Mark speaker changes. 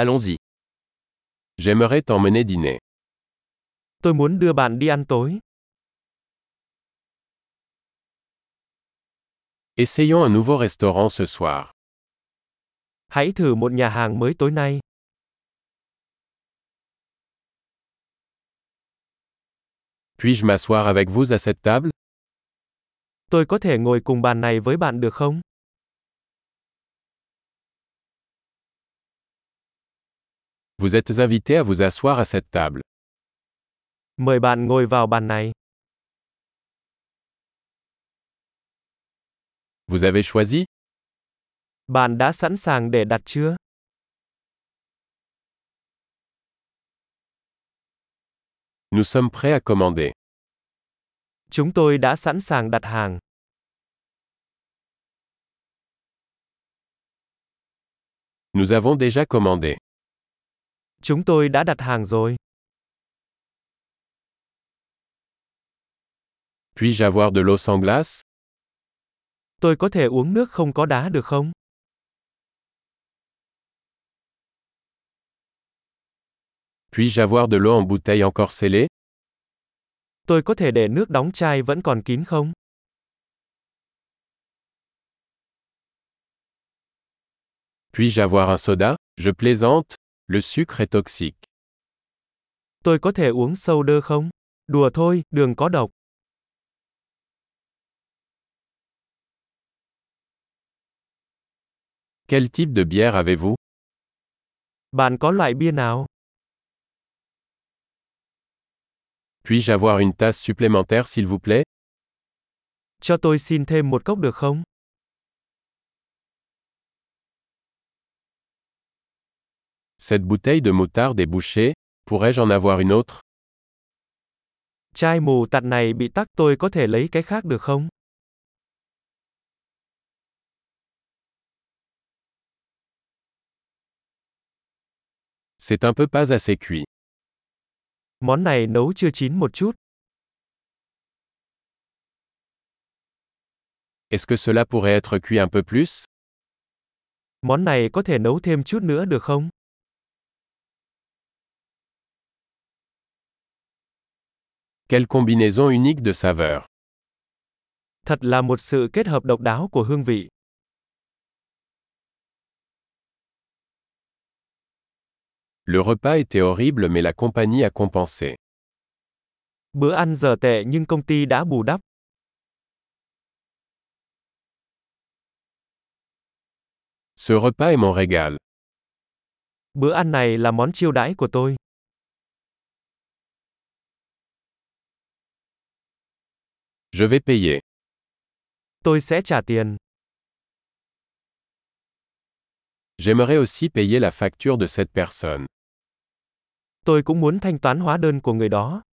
Speaker 1: Allons-y. J'aimerais t'emmener dîner.
Speaker 2: Tôi muốn đưa bạn đi ăn tối.
Speaker 1: Essayons un nouveau restaurant ce soir.
Speaker 2: Hãy thử một nhà hàng mới tối nay.
Speaker 1: Puis-je m'asseoir avec vous à cette table
Speaker 2: Tôi có thể ngồi cùng bàn này với bạn được không?
Speaker 1: Vous êtes invité à vous asseoir à cette table.
Speaker 2: Mời bạn ngồi vào bàn này.
Speaker 1: Vous avez choisi
Speaker 2: Bạn đã sẵn sàng để đặt chưa?
Speaker 1: Nous sommes prêts à commander.
Speaker 2: Chúng tôi đã sẵn sàng đặt hàng.
Speaker 1: Nous avons déjà commandé.
Speaker 2: Chúng tôi đã đặt hàng rồi.
Speaker 1: Puis-je avoir de l'eau sans glace
Speaker 2: Tôi có thể uống nước không có đá được không?
Speaker 1: Puis-je avoir de l'eau en bouteille encore scellée
Speaker 2: Tôi có thể để nước đóng chai vẫn còn kín không?
Speaker 1: Puis-je avoir un soda Je plaisante. Le sucre est toxique.
Speaker 2: Tôi có thể uống soda không? Đùa thôi, đường có độc.
Speaker 1: Quel type de bière avez-vous
Speaker 2: Bạn có loại bia nào?
Speaker 1: Puis-je avoir une tasse supplémentaire s'il vous plaît
Speaker 2: Cho tôi xin thêm một cốc được không?
Speaker 1: Cette bouteille de moutarde est bouchée. Pourrais-je en avoir une autre
Speaker 2: Chai mù tạt này bị tắc tôi có thể lấy cái khác được không?
Speaker 1: C'est un peu pas assez cuit.
Speaker 2: Món này nấu chưa chín một chút.
Speaker 1: Est-ce que cela pourrait être cuit un peu plus
Speaker 2: Món này có thể nấu thêm chút nữa được không?
Speaker 1: Quelle combinaison unique de saveurs.
Speaker 2: Thật là một sự kết hợp độc đáo của hương vị.
Speaker 1: Le repas était horrible mais la compagnie a compensé.
Speaker 2: Bữa ăn giờ tệ nhưng công ty đã bù đắp.
Speaker 1: Ce repas est mon régal.
Speaker 2: Bữa ăn này là món chiêu đãi của tôi.
Speaker 1: Je vais payer.
Speaker 2: Tôi sẽ trả tiền.
Speaker 1: J'aimerais aussi payer la facture de cette personne.
Speaker 2: Tôi cũng muốn thanh toán hóa đơn của người đó.